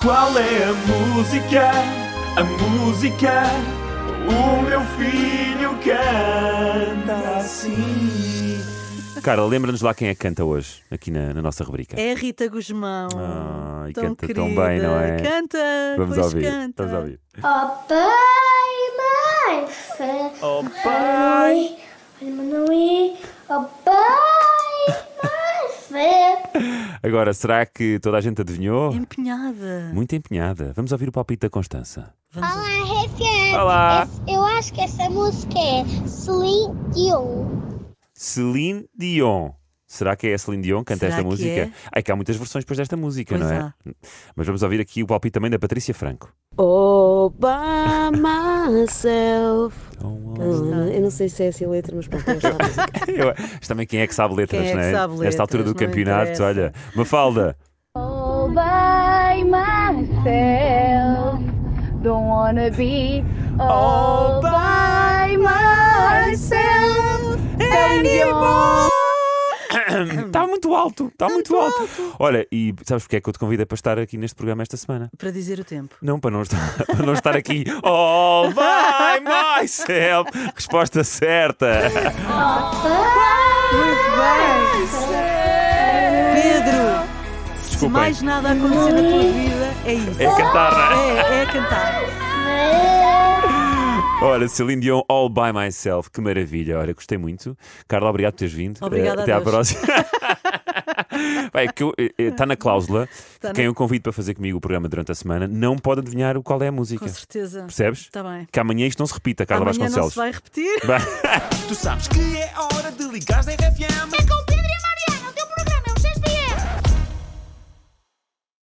Qual é a música? A música? O meu filho canta assim. Cara, lembra-nos lá quem é que canta hoje, aqui na, na nossa rubrica. É a Rita Guzmão. Ah, e tão canta querida. tão bem, não é? Canta, Vamos pois ouvir. canta. Vamos ouvir. Oh pai, mãe, fé. Oh, Pai, olha Manuí. Oh pai, mãe, fé. Agora, será que toda a gente adivinhou? É Empenhada. Muito empenhada. Vamos ouvir o palpite da Constança. Vamos ouvir. Refém. Olá. Eu acho que essa música é Celine Dion. Celine Dion. Será que é a Celine Dion que canta Será esta que música? é? Ai, que há muitas versões depois desta música, Pois não é? há. Mas vamos ouvir aqui o palpite também da Patrícia Franco. Oh, by myself. Então, Ah, Eu, eu não sei se é assim a letra, mas pronto, é esta a música. eu- Mas também quem é que sabe letras, Quem é não que é? sabe letras, Nesta altura do não campeonato, interessa. olha. Mafalda, Oh pai, mãe, myself. Don't wanna be All all by myself anymore. está muito alto, está muito alto. Olha, e sabes porque é que eu te convido para estar aqui neste programa esta semana? Para dizer o tempo. Não, para não estar, para não estar aqui. Oh, vai, myself! Resposta certa. Pedro, se Desculpem, mais nada acontecer na tua vida, é isso. é cantar. É, é cantar. Olha, Celine Dion, All By Myself, que maravilha. Olha, gostei muito. Carla, obrigado por teres vindo. Obrigada Eh, a Até à Deus. próxima. Vai, que está na cláusula que Tá na- quem eu convido para fazer comigo o programa durante a semana não pode adivinhar o qual é a música. Com certeza. Percebes? Está bem. Que amanhã isto não se repita, Carla Amanhã não Vasconcelos. se vai repetir. Vai. Tu sabes que é hora de ligares na RFM. É comigo.